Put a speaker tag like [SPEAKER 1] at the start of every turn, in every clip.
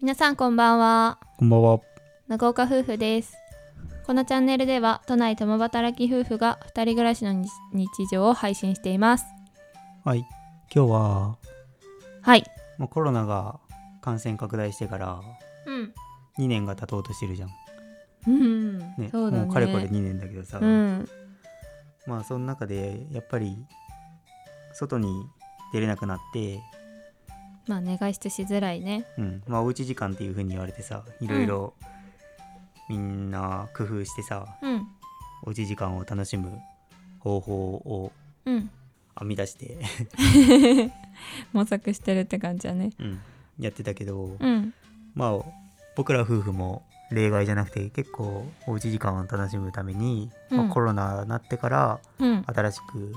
[SPEAKER 1] 皆さんこんばんは
[SPEAKER 2] こんばんは。
[SPEAKER 1] 長岡夫婦ですこのチャンネルでは都内共働き夫婦が2人暮らしの日日常を配信しています
[SPEAKER 2] はい。今日は、
[SPEAKER 1] はい
[SPEAKER 2] もうコロナが感染拡大してから
[SPEAKER 1] うん
[SPEAKER 2] 2年が経とうとしてるじゃん。
[SPEAKER 1] うん、
[SPEAKER 2] ね。
[SPEAKER 1] そうだね
[SPEAKER 2] もうかれこれ2年だけどさ。
[SPEAKER 1] うん
[SPEAKER 2] まあその中で、やっぱり、外に出れなくなって、
[SPEAKER 1] まあ寝外出しづらいね
[SPEAKER 2] うん。まあおうち時間っていう風に言われてさ、いろいろ、みんな工夫してさ、
[SPEAKER 1] うん
[SPEAKER 2] おうち時間を楽しむ方法を
[SPEAKER 1] うん
[SPEAKER 2] 編み出して、
[SPEAKER 1] 模索してるって感じだね
[SPEAKER 2] うん。 やってたけど、
[SPEAKER 1] うん
[SPEAKER 2] まあ僕ら夫婦も例外じゃなくて結構おうち時間を楽しむために、
[SPEAKER 1] うん
[SPEAKER 2] まあコロナになってから
[SPEAKER 1] うん
[SPEAKER 2] 新しく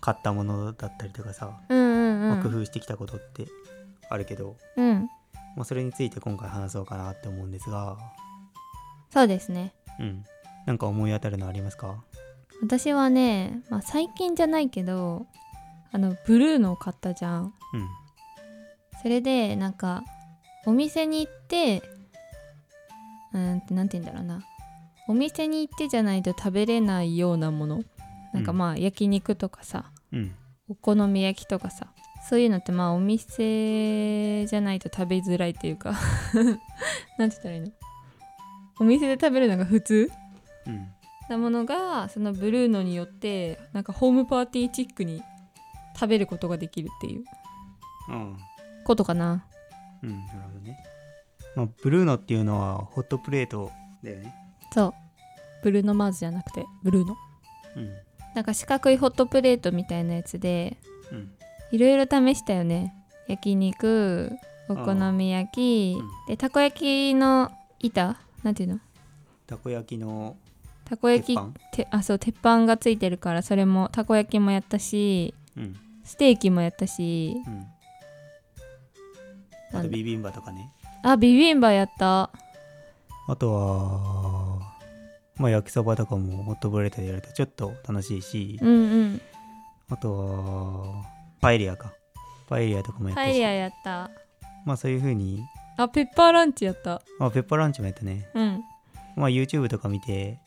[SPEAKER 2] 買ったものだったりとかさ、
[SPEAKER 1] うんうんう
[SPEAKER 2] まあ工
[SPEAKER 1] ん
[SPEAKER 2] 夫してきたことってあるけど、
[SPEAKER 1] うん
[SPEAKER 2] まあ、それについて今回話そうかなって思うんですが、
[SPEAKER 1] そうですね
[SPEAKER 2] うん、なんか思い当たるのありますか
[SPEAKER 1] 私はね、まあ、最近じゃないけどあのブルーのを買ったじゃん
[SPEAKER 2] うん
[SPEAKER 1] それでなんかお店に行ってうーんとなんて言うんだろうなお店に行ってじゃないと食べれないようなものなんか
[SPEAKER 2] うん
[SPEAKER 1] まあ焼肉とかさ
[SPEAKER 2] うん
[SPEAKER 1] お好み焼きとかさそういうのってまあお店じゃないと食べづらいっていうか なんて言ったらいいのお店で食べるのが普通
[SPEAKER 2] うん
[SPEAKER 1] なものがそのブルーノによってなんかホームパーティーチックに食べることができるっていう
[SPEAKER 2] うん
[SPEAKER 1] ことかな
[SPEAKER 2] うんなるほどね、まあ、ブルーノっていうのはホットプレートだよね
[SPEAKER 1] そうブルーノマーズじゃなくてブルーノ
[SPEAKER 2] うん
[SPEAKER 1] なんか四角いホットプレートみたいなやつで
[SPEAKER 2] うん
[SPEAKER 1] いろいろ試したよね焼肉お好み焼き、
[SPEAKER 2] うん
[SPEAKER 1] でたこ焼きの板なんていうの
[SPEAKER 2] たこ焼きの
[SPEAKER 1] たこ
[SPEAKER 2] 鉄
[SPEAKER 1] 焼き
[SPEAKER 2] 板
[SPEAKER 1] てあそう鉄板がついてるからそれもたこ焼きもやったし
[SPEAKER 2] うん
[SPEAKER 1] ステーキもやったし
[SPEAKER 2] うん
[SPEAKER 1] な
[SPEAKER 2] あ
[SPEAKER 1] ん
[SPEAKER 2] と
[SPEAKER 1] だ
[SPEAKER 2] ビビンバとかね
[SPEAKER 1] あビビンバやった
[SPEAKER 2] あとは、まあ、焼きそばとかもホットプレートでやるとちょっと楽しいし、
[SPEAKER 1] うんうん
[SPEAKER 2] あとはパエリアかパエリアとかもやっ
[SPEAKER 1] パ
[SPEAKER 2] た
[SPEAKER 1] エ
[SPEAKER 2] し
[SPEAKER 1] リアやった
[SPEAKER 2] まあそういう風に、
[SPEAKER 1] あペッパーランチやった
[SPEAKER 2] まあ、ペッパーランチもやったね、
[SPEAKER 1] うん
[SPEAKER 2] まあ、YouTube とか見て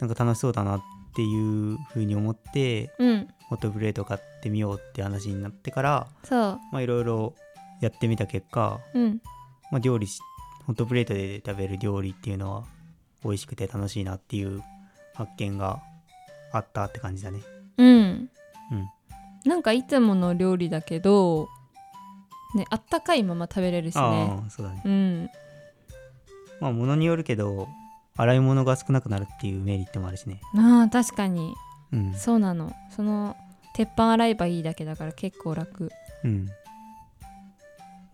[SPEAKER 2] なんか楽しそうだなっていう風に思って
[SPEAKER 1] うん
[SPEAKER 2] ホットプレート買ってみようって話になってから
[SPEAKER 1] そう
[SPEAKER 2] まあいろいろやってみた結果、
[SPEAKER 1] うん
[SPEAKER 2] まあ、料理しホットプレートで食べる料理っていうのは美味しくて楽しいなっていう発見があったって感じだね
[SPEAKER 1] うん
[SPEAKER 2] うん
[SPEAKER 1] なんかいつもの料理だけど、ね、あったかいまま食べれるしね。
[SPEAKER 2] ああそうだね
[SPEAKER 1] うん、
[SPEAKER 2] まあ物によるけど洗い物が少なくなるっていうメリットもあるしね
[SPEAKER 1] ああ確かに
[SPEAKER 2] うん
[SPEAKER 1] そうなのその鉄板洗えばいいだけだから結構楽
[SPEAKER 2] うん、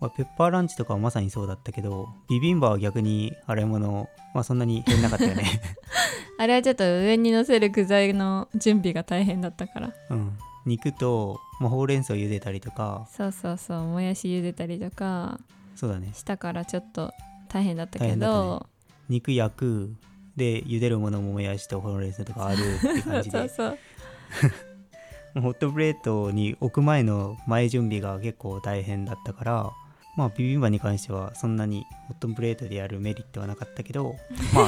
[SPEAKER 2] まあ、ペッパーランチとかはまさにそうだったけどビビンバは逆に洗い物、まあ、そんなに減んなかったよ ね
[SPEAKER 1] あれはちょっと上にのせる具材の準備が大変だったから
[SPEAKER 2] うん肉と、まあ、ほうれん草茹でたりとか
[SPEAKER 1] そうそうそうもやし茹でたりとか
[SPEAKER 2] そうだね
[SPEAKER 1] したからちょっと大変だったけ
[SPEAKER 2] 大変だ
[SPEAKER 1] ど
[SPEAKER 2] 肉焼くで茹でるものももやしとほうれん草とかあるって感 じで
[SPEAKER 1] そうそう
[SPEAKER 2] もうホットプレートに置く前の前準備が結構大変だったから、まあ、ビビンバに関してはそんなにホットプレートでやるメリットはなかったけど、 まあ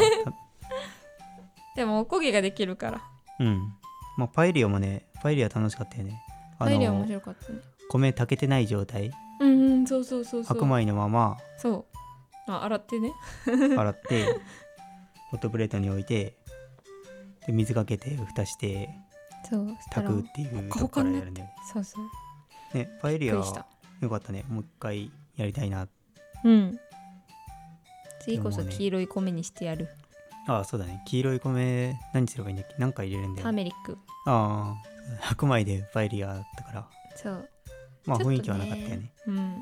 [SPEAKER 1] でもおこげができるから
[SPEAKER 2] た、うんまあ、パエリアもねパエリア楽しかったよねあ
[SPEAKER 1] パエリア面
[SPEAKER 2] の
[SPEAKER 1] 白かったね
[SPEAKER 2] 米炊けてない状態
[SPEAKER 1] うんうんそうそうそうそう
[SPEAKER 2] 白米の まま
[SPEAKER 1] そうあ洗ってね
[SPEAKER 2] 洗ってホットプレートに置いてで水かけて蓋して
[SPEAKER 1] そうしたら
[SPEAKER 2] 炊くってい
[SPEAKER 1] ほ
[SPEAKER 2] う
[SPEAKER 1] か
[SPEAKER 2] と
[SPEAKER 1] ほ
[SPEAKER 2] こ
[SPEAKER 1] か
[SPEAKER 2] か
[SPEAKER 1] に
[SPEAKER 2] ら
[SPEAKER 1] なって
[SPEAKER 2] やるんだよ
[SPEAKER 1] そうそう
[SPEAKER 2] ねねパエリア
[SPEAKER 1] びっくりし
[SPEAKER 2] は
[SPEAKER 1] た
[SPEAKER 2] よかったねもう一回やりたいな
[SPEAKER 1] うん次こ
[SPEAKER 2] で
[SPEAKER 1] そ
[SPEAKER 2] もね
[SPEAKER 1] 黄色い米にしてやる、
[SPEAKER 2] ああそうだね黄色い米何すればいいんだっけ何か入れるんだ
[SPEAKER 1] タ
[SPEAKER 2] よね
[SPEAKER 1] ーメリック
[SPEAKER 2] ああ白米でパエリアだったから
[SPEAKER 1] そう
[SPEAKER 2] まあ
[SPEAKER 1] ちょっと
[SPEAKER 2] 雰
[SPEAKER 1] ね
[SPEAKER 2] 囲気はなかったよね
[SPEAKER 1] うん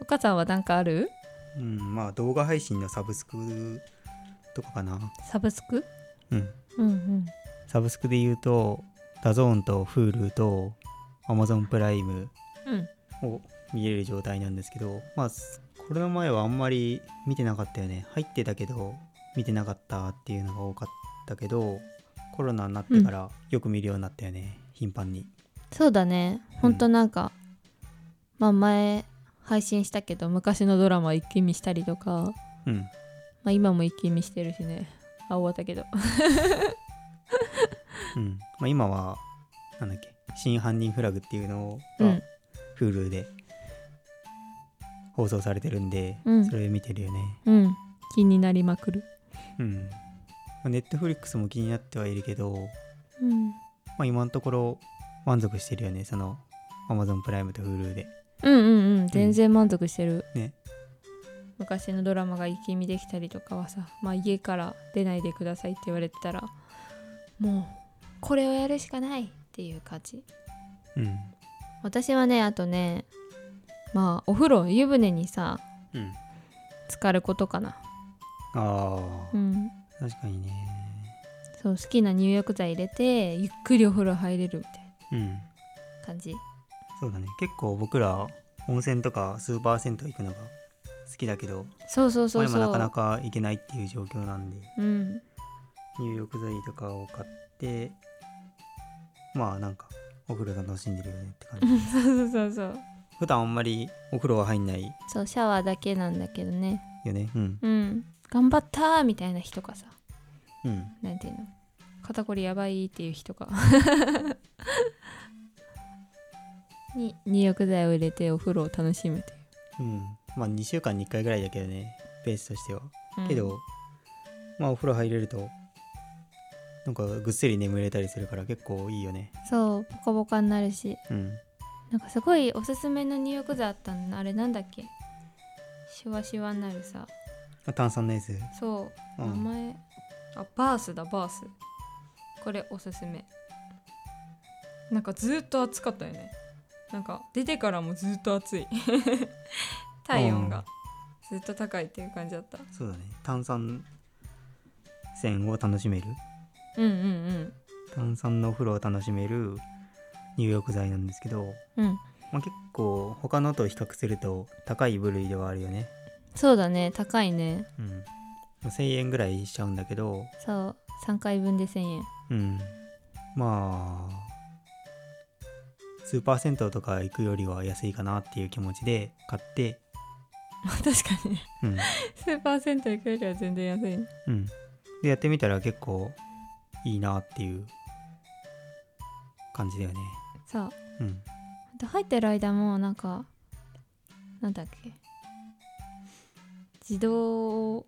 [SPEAKER 1] お母さんは何かある
[SPEAKER 2] うん、うん、まあ動画配信のサブスクとかかな
[SPEAKER 1] サブスク
[SPEAKER 2] うん
[SPEAKER 1] うんうん
[SPEAKER 2] サブスクで言うとダゾーンと Hulu と Amazon プライム
[SPEAKER 1] うん
[SPEAKER 2] を見れる状態なんですけどまあすこれの前はあんまり見てなかったよね入ってたけど見てなかったっていうのが多かったけどコロナになってからよく見るようになったよね、頻繁に
[SPEAKER 1] そうだねほんとなんか、まあ前配信したけど昔のドラマ一気見したりとか、
[SPEAKER 2] うん
[SPEAKER 1] まあ、今も一気見してるしねあ終わったけど
[SPEAKER 2] うんまあ、今はなんだっけ「真犯人フラグ」っていうの
[SPEAKER 1] う
[SPEAKER 2] が
[SPEAKER 1] ん
[SPEAKER 2] Hulu で放送されてるんで、
[SPEAKER 1] うん
[SPEAKER 2] それで見てるよね
[SPEAKER 1] うん 気になりまくる
[SPEAKER 2] うんネットフリックスも気になってはいるけど、
[SPEAKER 1] うん、
[SPEAKER 2] まあ、今のところ満足してるよねその Amazon プライムと Hulu で
[SPEAKER 1] うんうんうん全然満足してる、
[SPEAKER 2] ね
[SPEAKER 1] 昔のドラマが一気見できたりとかはさ、まあ、家から出ないでくださいって言われてたらもうこれをやるしかないっていう感じ
[SPEAKER 2] うん
[SPEAKER 1] 私はねあとねまあお風呂湯船にさ
[SPEAKER 2] うん
[SPEAKER 1] 浸かることかな
[SPEAKER 2] ああ、
[SPEAKER 1] うん
[SPEAKER 2] 確かにね
[SPEAKER 1] そう好きな入浴剤入れてゆっくりお風呂入れるみたい
[SPEAKER 2] うん
[SPEAKER 1] な感じ
[SPEAKER 2] そうだね結構僕ら温泉とかスーパー銭湯行くのが好きだけど
[SPEAKER 1] そうそうそうそう
[SPEAKER 2] まあ今なかなか行けないっていう状況なんで
[SPEAKER 1] うん
[SPEAKER 2] 入浴剤とかを買ってまあなんかお風呂楽しんでるよねって感じ
[SPEAKER 1] そうそうそうそう
[SPEAKER 2] 普段あんまりお風呂は入んない
[SPEAKER 1] そうシャワーだけなんだけどね
[SPEAKER 2] よねうん
[SPEAKER 1] うん頑張ったーみたいな日とかさ
[SPEAKER 2] うん
[SPEAKER 1] なんていうの肩こりやばいっていう人 がに入浴剤を入れてお風呂を楽しむとい
[SPEAKER 2] うんまあ2週間に1回ぐらいだけどねベースとしては
[SPEAKER 1] う、うん
[SPEAKER 2] けど、まあお風呂入れるとなんかぐっすり眠れたりするから結構いいよね
[SPEAKER 1] そうポカポカになるし
[SPEAKER 2] うん
[SPEAKER 1] なんかすごいおすすめの入浴剤あったんだあれなんだっけシュワシュワになるさ
[SPEAKER 2] あ炭酸のやつ
[SPEAKER 1] そう、
[SPEAKER 2] うん
[SPEAKER 1] 名前あバースだバースこれおすすめなんかずっと暑かったよねなんか出てからもずっと暑い 体温がずっと高いっていう感じだった
[SPEAKER 2] そうだね炭酸泉を楽しめる
[SPEAKER 1] うんうん
[SPEAKER 2] 炭酸のお風呂を楽しめる入浴剤なんですけど、
[SPEAKER 1] うんうん
[SPEAKER 2] まあ、結構他のと比較すると高い部類ではあるよね、
[SPEAKER 1] そうだね高いね
[SPEAKER 2] うん、まあ1000円ぐらいしちゃうんだけど、
[SPEAKER 1] そう3回分で1000円
[SPEAKER 2] うん、まあスーパー銭湯とか行くよりは安いかなっていう気持ちで買って、
[SPEAKER 1] 確かにね
[SPEAKER 2] うん
[SPEAKER 1] スーパーセント行くよりは全然安い
[SPEAKER 2] うん、でやってみたら結構いいなっていう感じだよね、
[SPEAKER 1] そう
[SPEAKER 2] うん、
[SPEAKER 1] で入ってる間もなんかなんだっけ自動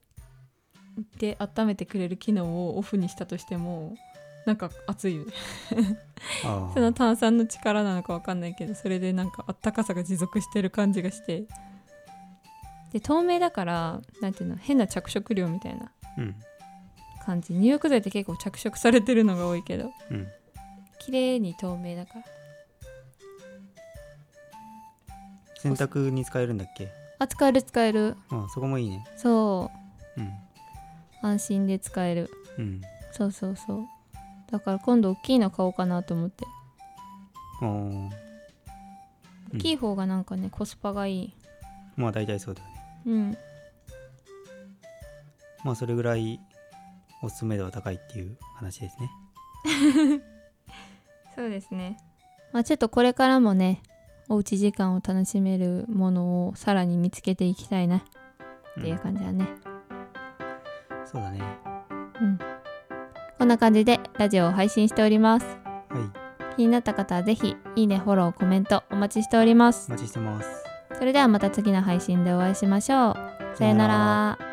[SPEAKER 1] で温めてくれる機能をオフにしたとしてもなんか熱いよね
[SPEAKER 2] あー
[SPEAKER 1] その炭酸の力なのかわかんないけどそれでなんかあったかさが持続してる感じがしてで透明だからなんていうの変な着色料みたいな
[SPEAKER 2] うん
[SPEAKER 1] 感じ入浴剤って結構着色されてるのが多いけど
[SPEAKER 2] うん
[SPEAKER 1] 綺麗に透明だから
[SPEAKER 2] 洗濯に使えるんだっけ
[SPEAKER 1] あ使える使える
[SPEAKER 2] あそこもいいね
[SPEAKER 1] そ
[SPEAKER 2] うん
[SPEAKER 1] う安心で使える
[SPEAKER 2] うん
[SPEAKER 1] そうそうそうだから今度大きいの買おうかなと思って
[SPEAKER 2] あーうん
[SPEAKER 1] 大きい方がなんかね、コスパがいい
[SPEAKER 2] まあ大体そうだよね
[SPEAKER 1] うん
[SPEAKER 2] まあそれぐらいおすすめ度は高いっていう話ですね
[SPEAKER 1] そうですねまあちょっとこれからもねおうち時間を楽しめるものをさらに見つけていきたいなっていう感じだね
[SPEAKER 2] うんそうだねは
[SPEAKER 1] こんな感じでラジオを配信しております
[SPEAKER 2] い
[SPEAKER 1] 気になった方はぜひいいねフォローコメントお待ちしておりま
[SPEAKER 2] お
[SPEAKER 1] す
[SPEAKER 2] 待ちしてます
[SPEAKER 1] それではまた次の配信でお会いしましょうさよなら